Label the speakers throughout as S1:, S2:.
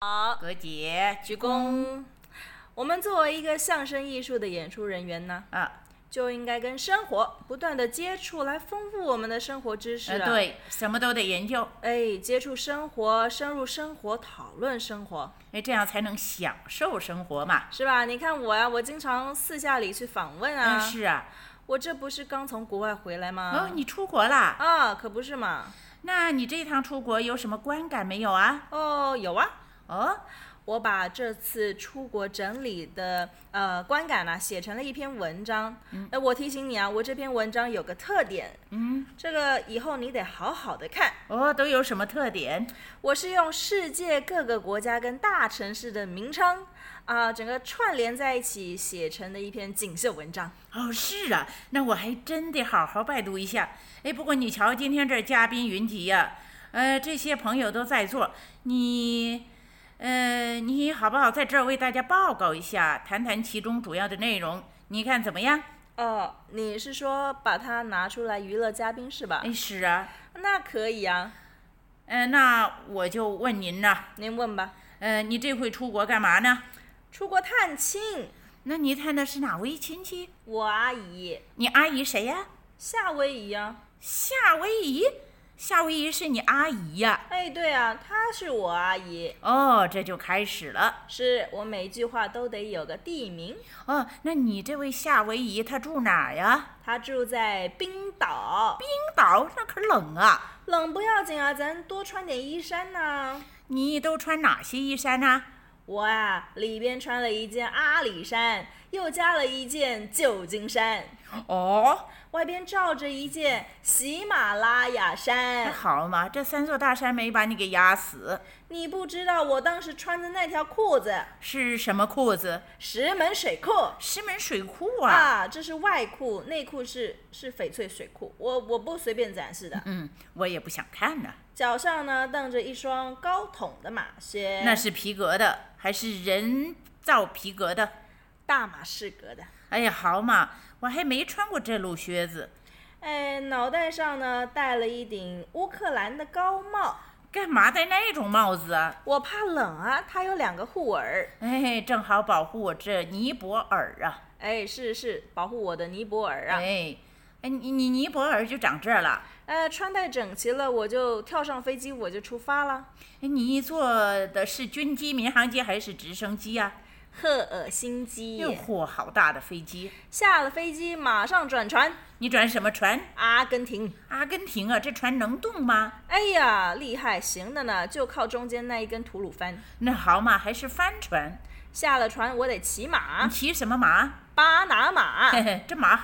S1: 好，
S2: 葛姐，
S1: 鞠躬。我们作为一个相声艺术的演出人员呢，
S2: 啊，
S1: 就应该跟生活不断的接触，来丰富我们的生活知识、啊
S2: 呃，，对，什么都得研究，
S1: 哎，接触生活，深入生活，讨论生活，
S2: 哎，这样才能享受生活嘛。
S1: 是吧？你看我呀、啊我经常私下里去访问啊。嗯
S2: 嗯，是啊。
S1: 我这不是刚从国外回来吗？
S2: 哦，你出国啦？
S1: 啊，可不是嘛。
S2: 那你这趟出国有什么观感没有啊？
S1: 哦，有啊。
S2: 哦，
S1: 我把这次出国整理的呃观感呢、写成了一篇文章。嗯、呃，我提醒你啊，我这篇文章有个特点，
S2: 嗯，
S1: 这个以后你得好好的看。
S2: 哦，都有什么特点？
S1: 我是用世界各个国家跟大城市的名称啊、整个串联在一起写成的一篇锦绣文章。
S2: 哦，是啊，那我还真得好好拜读一下。哎，不过你瞧，今天这嘉宾云集呀、呃，这些朋友都在座，你，呃，你好不好在这儿为大家报告一下，谈谈其中主要的内容？你看怎么样？
S1: 哦，你是说把它拿出来娱乐嘉宾是吧？
S2: 哎，是啊，
S1: 那可以啊，
S2: 呃，那我就问您呐，
S1: 您问吧。
S2: 呃，你这回出国干嘛呢？
S1: 出国探亲，
S2: 那你探的是哪位亲戚？
S1: 我阿姨，
S2: 你阿姨谁呀、
S1: 夏威夷啊。
S2: 夏威夷，夏威夷是你阿姨呀、
S1: 哎，对啊，她是我阿姨，
S2: 哦，这就开始了。
S1: 是我每句话都得有个地名。
S2: 哦，那你这位夏威夷她住哪儿呀？
S1: 她住在冰岛，
S2: 冰岛那可冷啊！
S1: 冷不要紧啊，咱多穿点衣衫呐、
S2: 你都穿哪些衣衫呢、
S1: 我啊，里边穿了一件阿里山，又加了一件旧金山，
S2: 哦，
S1: 外边罩着一件喜马拉雅
S2: 那
S1: 山。
S2: 好嘛，这三座大山没把你给压死。
S1: 你不知道我当时穿的那条裤子，
S2: 是什么裤子？
S1: 石门水裤
S2: 石门水库啊！
S1: 啊，这是外裤，内裤是是翡翠水裤，我我不随便展示的。
S2: 嗯，我也不想看呢。
S1: 脚上呢蹬着一双高筒的马靴，
S2: 那是皮革的，还是人造皮革的？
S1: 大马士革的。
S2: 哎呀，好嘛，我还没穿过这路靴子，
S1: 哎，脑袋上呢戴了一顶乌克兰的高帽。
S2: 干嘛戴那种帽子啊？
S1: 我怕冷啊，它有两个护耳。
S2: 哎，正好保护我这尼泊尔啊！
S1: 哎，是是，保护我的尼泊尔啊。
S2: 哎，哎，你你尼泊尔就长这儿了。
S1: 呃，穿戴整齐了，我就跳上飞机，我就出发了。
S2: 哎，你坐的是军机、民航机还是直升机呀、啊？
S1: 赫尔辛基
S2: 哟嚯，好大的飞机！
S1: 下了飞机，马上转船，
S2: 你转什么船？
S1: 阿根廷。
S2: 阿根廷啊，这船能动吗？
S1: 哎呀，厉害，行的呢，就靠中间那一根吐鲁番。
S2: 那好嘛，还是帆船。
S1: 下了船，我得骑
S2: 你
S1: 马，
S2: 骑什么马？
S1: 巴拿马。
S2: 嘿嘿，这马， 呵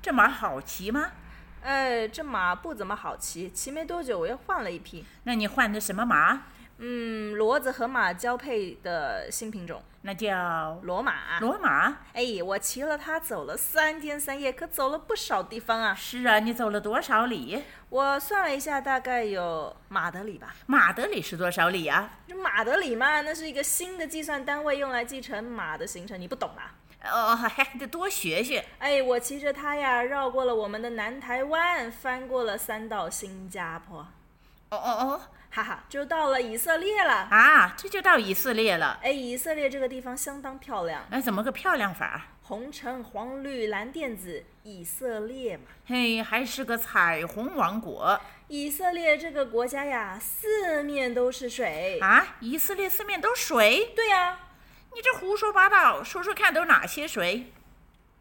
S2: 这马好骑吗？
S1: 哎，这马不怎么好骑，骑没多久我又换了一匹，
S2: 那你换的什么马？
S1: 嗯，骡子和马交配的新品种
S2: 那叫
S1: 骡马。
S2: 罗马。
S1: 哎，我骑了它走了三天三夜，可走了不少地方啊。
S2: 是啊，你走了多少里？
S1: 我算了一下，大概有马德里吧。
S2: 马德里是多少里啊？
S1: 这马德里嘛，那是一个新的计算单位，用来计程马的行程，你不懂啊。
S2: 哦，还得多学学。
S1: 哎，我骑着它呀，绕过了我们的南台湾，翻过了三到新加坡，
S2: 哦哦
S1: 哈哈，就到了以色列
S2: 哦
S1: 了。
S2: 啊，这就到以色列了。
S1: 哎，以色列这个地方相当漂亮。
S2: 那怎么个漂亮法？
S1: 红橙黄绿蓝靛紫，以色列嘛。
S2: 嘿，还是个彩虹王国
S1: 以色列这个国家呀，四面都是水。
S2: 啊！以色列四面都水，
S1: 对呀、
S2: 你这胡说八道，说说看都哪些水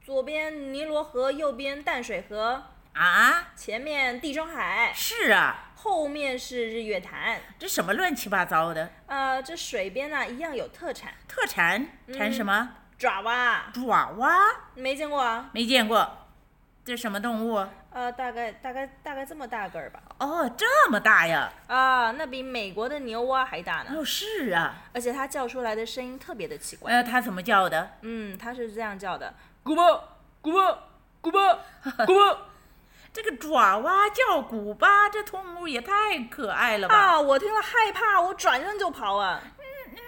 S1: 左边尼罗河，右边淡水河，
S2: 啊？
S1: 前面地中海，
S2: 是啊，
S1: 后面是日月潭。
S2: 这什么乱七八糟的
S1: 呃，这水边呢、一样有特产，
S2: 特产？产什么？
S1: 爪哇，
S2: 爪哇？
S1: 没见过啊？
S2: 没见过，这什么动物？
S1: 呃，大概大概大概这么大个儿吧。
S2: 哦，这么大呀！
S1: 啊，那比美国的牛蛙还大呢。
S2: 哦，是啊，
S1: 而且它叫出来的声音特别的奇怪。
S2: 呃，它怎么叫的？
S1: 嗯，它是这样叫的：古巴，古巴，古巴，古 巴。
S2: 这个爪哇叫古巴，这动物也太可爱了吧？
S1: 啊！我听了害怕，我转身就跑啊！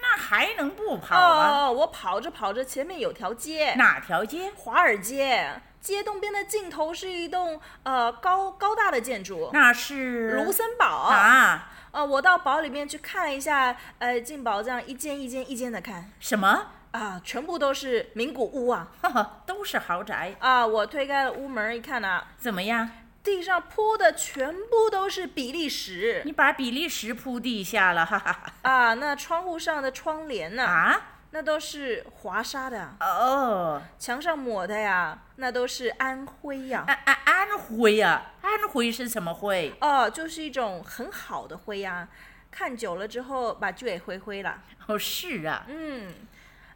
S2: 那还能不跑吗？
S1: 哦，我跑着跑着，前面有条街，
S2: 哪条街？
S1: 华尔街，街东边的尽头是一栋呃高高大的建筑，
S2: 那是
S1: 卢森堡。
S2: 嗯啊，
S1: 呃，我到宝里面去看了一下，呃，进宝这样一间一间一间的看
S2: 什么？
S1: 啊，全部都是名古屋啊
S2: 哈哈，都是豪宅，
S1: 啊！我推开了屋门一看呐、
S2: 怎么样？
S1: 地上铺的全部都是比利时
S2: 你把比利时铺地下了，哈哈哈
S1: 啊，那窗户上的窗帘呢、
S2: 啊！
S1: 那都是华沙的啊，
S2: 哦，
S1: 墙上抹的呀，那都是安徽呀。
S2: 安安哎安徽呀、安徽是什么徽？
S1: 哦，就是一种很好的灰呀、看久了之后把剧给灰灰了。
S2: 哦，是啊，
S1: 嗯，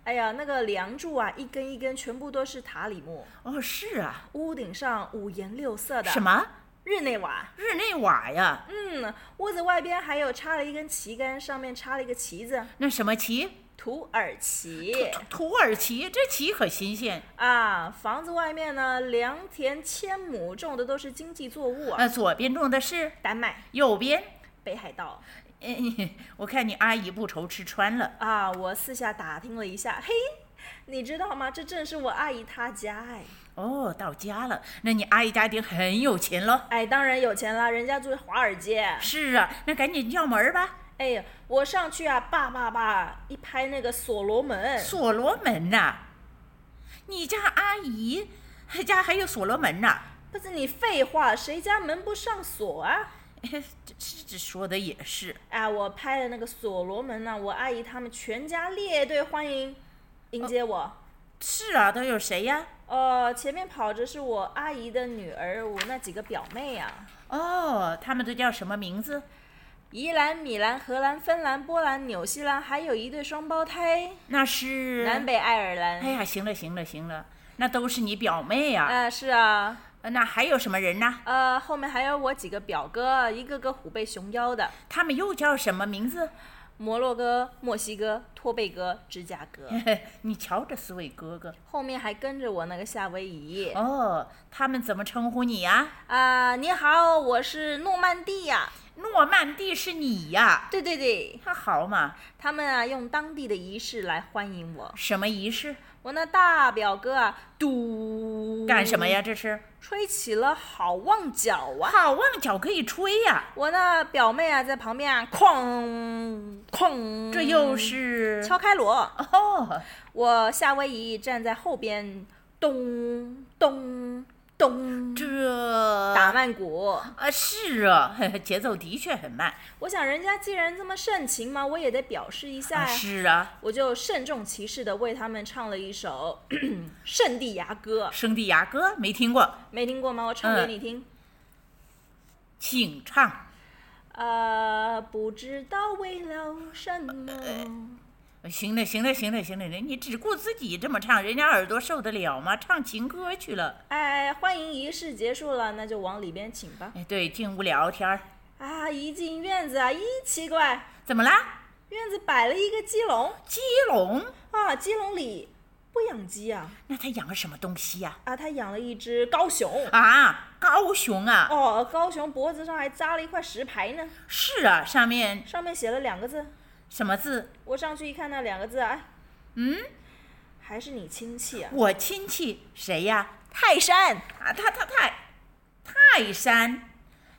S1: 哎呀，那个梁柱啊，一根一根全部都是塔里木，
S2: 哦，是啊，
S1: 屋顶上五颜六色的
S2: 什么
S1: 日内瓦。
S2: 日内瓦呀？
S1: 嗯，屋子外边还有插了一根旗杆，上面插了一个旗子，
S2: 那什么旗？
S1: 土耳其
S2: 土耳其，这旗可新鲜。
S1: 啊。房子外面呢，良田千亩，种的都是经济作物啊，
S2: 呃，左边种的是，
S1: 丹麦、
S2: 右边。
S1: 北海道。
S2: 嗯， 我看你阿姨不愁吃穿了。
S1: 啊，我四下打听了一下，嘿，你知道吗？这正是我阿姨她家哎，
S2: 哦，到家了，那你阿姨家庭很有钱喽。
S1: 哎，当然有钱啦，人家住华尔街。
S2: 是啊，那赶紧叫门儿吧。
S1: 哎，我上去啊，叭叭叭一拍那个所罗门，
S2: 所罗门呐、你家阿姨家还有所罗门呐、
S1: 不是你废话，谁家门不上锁啊？
S2: 这这这说的也是，
S1: 啊，我拍的那个所罗门呢、我阿姨他们全家列队欢迎迎接我。
S2: 是啊，都有谁呀？
S1: 呃，前面跑着是我阿姨的女儿，我那几个表妹啊，
S2: 哦，他们都叫什么名字？
S1: 宜兰、米兰、荷兰、芬兰、波兰、纽西兰，还有一对双胞胎。
S2: 那是
S1: 南。北爱尔兰。
S2: 哎呀，行了行了行了，那都是你表妹呀、
S1: 啊，是啊，
S2: 呃那还有什么人呢？
S1: 呃，后面还有我几个表哥，一个个虎背熊腰的，
S2: 他们又叫什么名字？
S1: 摩洛哥、墨西哥、托贝哥、芝加哥，
S2: 嗯你瞧这四位哥哥
S1: 后面还跟着我那个夏威夷。
S2: 哦，他们怎么称呼你呀、
S1: 啊、你好，我是诺曼底呀、
S2: 诺曼底是你呀、
S1: 对对对，
S2: 他好嘛？
S1: 他们啊用当地的仪式来欢迎我。
S2: 什么仪式？
S1: 我那大表哥啊，嘟，
S2: 干什么？呀？这是
S1: 吹起了好望角啊！
S2: 好望角可以吹呀、
S1: 我那表妹啊在旁边啊，哐哐，
S2: 这又是
S1: 敲开锣。
S2: 哦，
S1: 我夏威夷站在后边，咚咚咚，
S2: 这
S1: 打曼谷。
S2: 啊是啊， 节奏的确很慢。
S1: 我想人家既然这么盛情嘛，我也得表示一下
S2: 啊
S1: 呀。
S2: 是啊，
S1: 我就慎重其事的为他们唱了一首咳咳《圣地牙哥》，
S2: 圣地亚哥没听过，
S1: 没听过吗？我
S2: 嗯
S1: 唱给你听。
S2: 请唱。
S1: 呃，不知道为了什么，
S2: 行了，行了，行了，行了，你只顾自己这么唱，人家耳朵受得了吗？唱情歌去了。
S1: 哎，欢迎仪式结束了，那就往里边请吧。
S2: 哎，对，进屋聊天儿。
S1: 啊，一进院子啊，咦，奇怪，
S2: 怎么啦？
S1: 院子摆了一个鸡笼。
S2: 鸡笼？
S1: 啊，鸡笼里不养鸡啊，
S2: 那他养了什么东西呀、
S1: 啊，他养了一只高雄。
S2: 啊？高雄啊，
S1: 哦，高雄脖子上还扎了一块石牌呢，
S2: 是啊，上面
S1: 上面写了两个字。
S2: 什么字？
S1: 我上去一看，那两个字，哎，嗯，还是你亲戚啊？
S2: 我亲戚谁呀、
S1: 泰山
S2: 啊，他他泰泰山，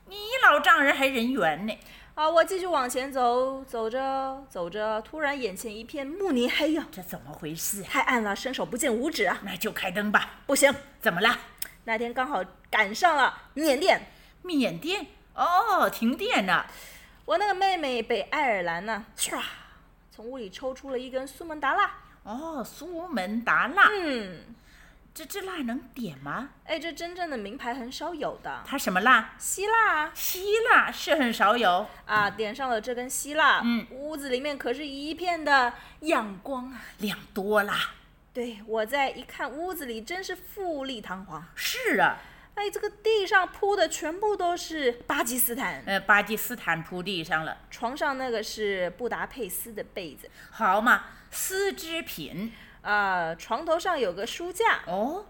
S2: 你老丈人还人缘呢。
S1: 啊！我继续往前走，走着走着，突然眼前一片慕尼黑呀、
S2: 这怎么回事啊？
S1: 太暗了，伸手不见五指啊！
S2: 那就开灯吧。
S1: 不行，
S2: 怎么了？
S1: 那天刚好赶上了缅甸。
S2: 缅甸？哦，停电了。
S1: 我那个妹妹北爱尔兰呢，唰，从屋里抽出了一根苏门答腊。
S2: 哦，苏门答腊，
S1: 嗯，
S2: 这这蜡能点吗？
S1: 哎，这真正的名牌很少有的。
S2: 它什么蜡？
S1: 希腊啊
S2: 希腊是很少有。
S1: 啊，点上了这根希腊，
S2: 嗯
S1: 屋子里面可是一片的阳光啊。
S2: 两多啦。
S1: 对我在一看，屋子里真是富丽堂皇。
S2: 是啊，
S1: 哎，这个地上铺的全部都是巴基斯坦，
S2: 呃，巴基斯坦铺地上了，
S1: 床上那个是布达佩斯的被子，
S2: 好嘛，丝织品。
S1: 啊、床头上有个书架，
S2: 哦，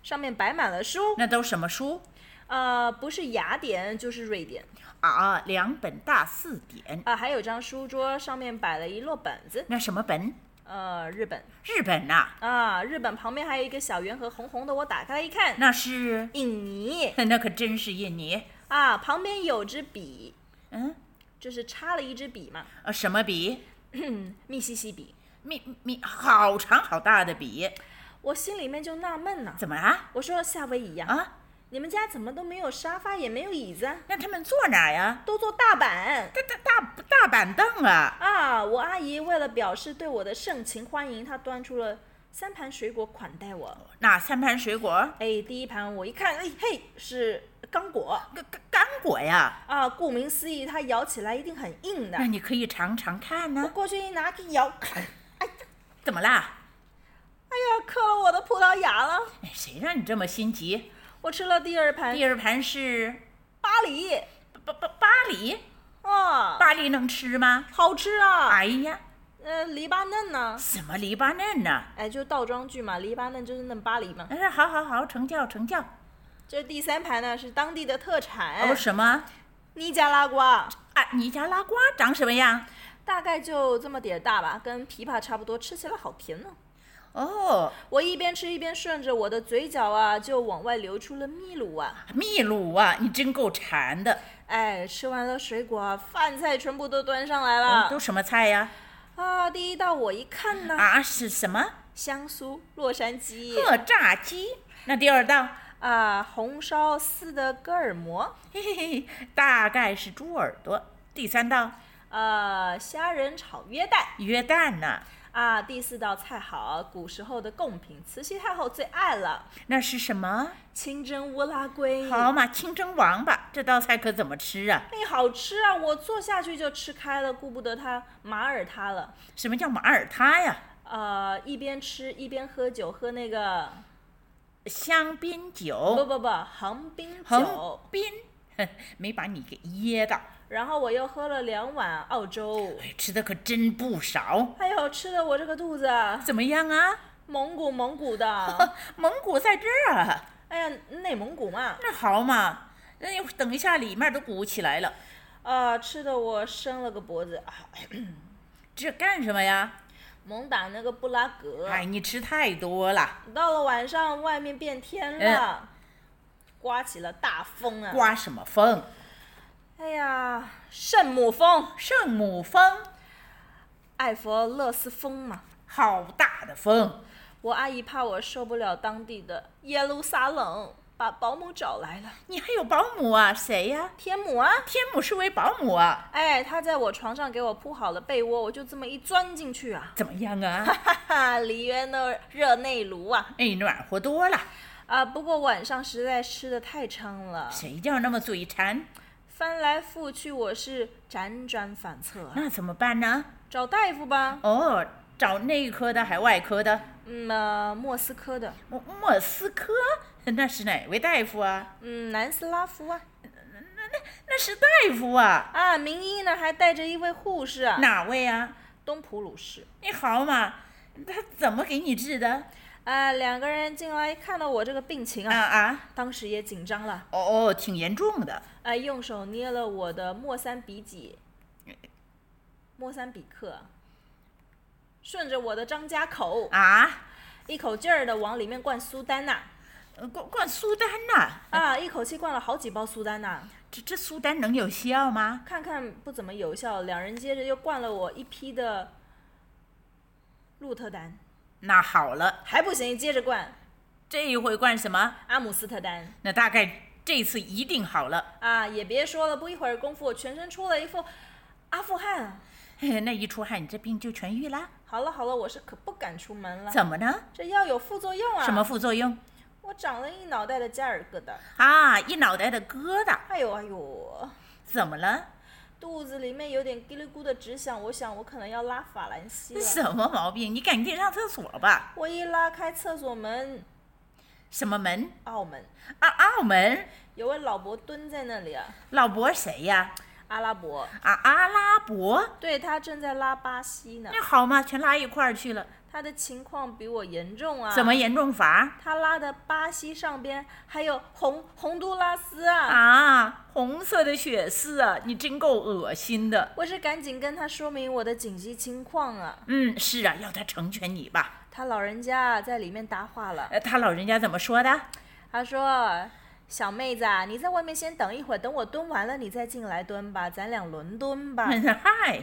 S1: 上面摆满了书，
S2: 那都什么书
S1: 呃，不是雅典就是瑞典。
S2: 啊？两本大四典。
S1: 啊，还有张书桌，上面摆了一摞本子，
S2: 那什么本？
S1: 呃，日本
S2: 日本呐、
S1: 啊，日本旁边还有一个小圆盒，红红的，我打开来一看，
S2: 那是，
S1: 印尼
S2: 那可真是印尼。
S1: 啊，旁边有支笔，
S2: 嗯，
S1: 就是插了一支笔嘛，
S2: 呃，什么笔？
S1: 密西西比。
S2: 密密，好长好大的笔，
S1: 我心里面就纳闷呐、
S2: 怎么啊？
S1: 我说夏威夷呀、
S2: 啊，
S1: 你们家怎么都没有沙发，也没有椅子，啊
S2: 那他们坐哪儿呀？
S1: 都坐大板
S2: 大大大大板凳啊！
S1: 啊！我阿姨为了表示对我的盛情欢迎，她端出了三盘水果款待我。
S2: 那三盘水果，
S1: 哎，第一盘我一看，哎嘿，是刚果
S2: 干干干果呀，
S1: 啊，顾名思义，它咬起来一定很硬的
S2: 那。你可以尝尝看呢、
S1: 我过去一拿，一咬，哎
S2: 怎么啦？
S1: 呀，磕了我的葡萄牙了。
S2: 哎谁让你这么心急？
S1: 我吃了第二盘
S2: 第二盘是
S1: 巴黎，
S2: 巴巴巴黎，
S1: 啊，
S2: 巴黎能吃吗？
S1: 好吃啊，
S2: 哎呀，
S1: 呃，黎巴嫩呢、
S2: 什么黎巴嫩呢、
S1: 哎，就倒装句嘛，黎巴嫩就是嫩巴黎嘛。
S2: 哎，好好好，成教成哦教。
S1: 这第三盘呢是当地的特产，
S2: 哦，什么
S1: 尼加拉瓜，
S2: 啊？尼加拉瓜长什么样？
S1: 大概就这么点儿大吧，跟枇杷差不多，吃起来好甜呢、
S2: 哦，
S1: 我一边吃一边顺着我的嘴角啊，就往外流出了秘鲁啊！
S2: 秘鲁啊，你真够馋的。
S1: 哎，吃完了水果啊，饭菜全部都端上来了、
S2: 哦都什么菜呀、
S1: 啊！第一道我一看呢，
S2: 啊，是什么？
S1: 香酥洛杉矶
S2: 特炸鸡。那第二道，
S1: 啊，红烧丝的戈尔摩，
S2: 嘿嘿嘿，大概是猪耳朵。第三道，
S1: 呃，虾仁炒约旦
S2: 约旦呐、
S1: 啊，第四道菜好，古时候的贡品，慈禧太后最爱了，
S2: 那是什么？
S1: 清蒸乌拉圭，
S2: 好嘛，清蒸王八，这道菜可怎么吃啊？
S1: 那好吃啊！我坐下去就吃开了，顾不得它马耳他了。
S2: 什么叫马耳他呀？
S1: 呃，一边吃一边喝酒，喝那个
S2: 香槟
S1: 不
S2: 酒，
S1: 不不杭冰酒
S2: 哦横，滨，哼没把你给噎到。
S1: 然后我又喝了两碗澳洲，
S2: 哎，吃的可真不少。
S1: 哎呦，吃的我这个肚子
S2: 怎么样啊？
S1: 蒙古蒙 古的，
S2: 哦蒙古在这儿啊，
S1: 哎呀，内蒙古嘛，
S2: 那好嘛，那一会儿等一下里面都鼓起来了。
S1: 啊、吃的我伸了个脖子啊，
S2: 这干什么呀？
S1: 猛打那个布拉格。
S2: 哎，你吃太多了，
S1: 到了晚上，外面变天了，刮起了大风啊！
S2: 哎刮什么风？
S1: 哎呀，圣母风，
S2: 圣母风，
S1: 艾佛勒斯风嘛。
S2: 好大的风！
S1: 我阿姨怕我受不了当地的耶路撒冷，把保姆找来了，
S2: 你还有保姆啊？谁呀、
S1: 天母啊！
S2: 天母是为保姆啊？
S1: 哎，她在我床上给我铺好了被窝，我就这么一钻进去啊，
S2: 怎么样啊？
S1: 哈哈，里约的热内卢啊！
S2: 哎，暖和多了。
S1: 啊，不过晚上实在吃的太撑了，
S2: 谁叫那么嘴馋？
S1: 翻来覆去，我是辗转反侧啊，
S2: 那怎么办呢？
S1: 找大夫吧。
S2: 哦，找内科的，还外科的？
S1: 嗯，呃、莫斯科的，
S2: 莫莫斯科？ 那是哪位大夫啊？
S1: 嗯，南斯拉夫啊，
S2: 那是大夫啊？
S1: 啊，名医呢还带着一位护士啊，
S2: 哪位啊？
S1: 东普鲁士。
S2: 你好嘛，他怎么给你治的？
S1: 啊，两个人进来看到我这个病情
S2: 啊
S1: 啊，
S2: 啊！
S1: 当时也紧张了，
S2: 哦哦，挺严重的。
S1: 啊，用手捏了我的莫桑比几，莫桑比克，顺着我的张家口，
S2: 啊，
S1: 一口劲儿的往里面灌苏丹呐、
S2: 呃灌灌苏丹呐、
S1: 啊，一口气灌了好几包苏丹呐、
S2: 这这苏丹能有效吗？
S1: 看看不怎么有效，两人接着又灌了我一批的鹿特丹，
S2: 那好了，
S1: 还不行，接着灌
S2: 这一回灌什么？
S1: 阿姆斯特丹
S2: 那大概这次一定好了。
S1: 啊！也别说了，不一会儿功夫，我全身出了一副阿富汗。
S2: 嘿嘿那一出汗，你这病就痊愈啦？
S1: 好了好了，我是可不敢出门了，
S2: 怎么呢？
S1: 这药有副作用啊！
S2: 什么？副作用？
S1: 我长了一脑袋的加尔疙瘩，
S2: 啊，一脑袋的疙瘩，
S1: 哎呦哎呦，
S2: 怎么了？
S1: 肚子里面有点叽里咕的直响，我想我可能要拉法兰西
S2: 你
S1: 了。
S2: 什么毛病？你赶紧上厕所吧。
S1: 我一拉开厕所门，
S2: 什么门？
S1: 澳门
S2: 啊，澳门
S1: 有位老伯蹲在那里啊，
S2: 老伯谁呀、
S1: 阿拉伯。
S2: 啊，阿拉伯。
S1: 对他正在拉巴西呢，
S2: 那好嘛，全拉一块儿去了。
S1: 他的情况比我严重啊！
S2: 怎？么严重法？
S1: 他拉的巴西上边还有洪洪都拉斯啊！
S2: 啊，红色的血丝啊，你真够恶心的。
S1: 我是赶紧跟他说明我的紧急情况啊，
S2: 嗯，是啊，要他成全你吧。
S1: 他老人家在里面搭话了，啊
S2: 呃，他老人家怎么说的？
S1: 他说：“小妹子啊，你在外面先等一会儿，等我蹲完了你再进来蹲吧，咱俩轮蹲吧。
S2: 嗨，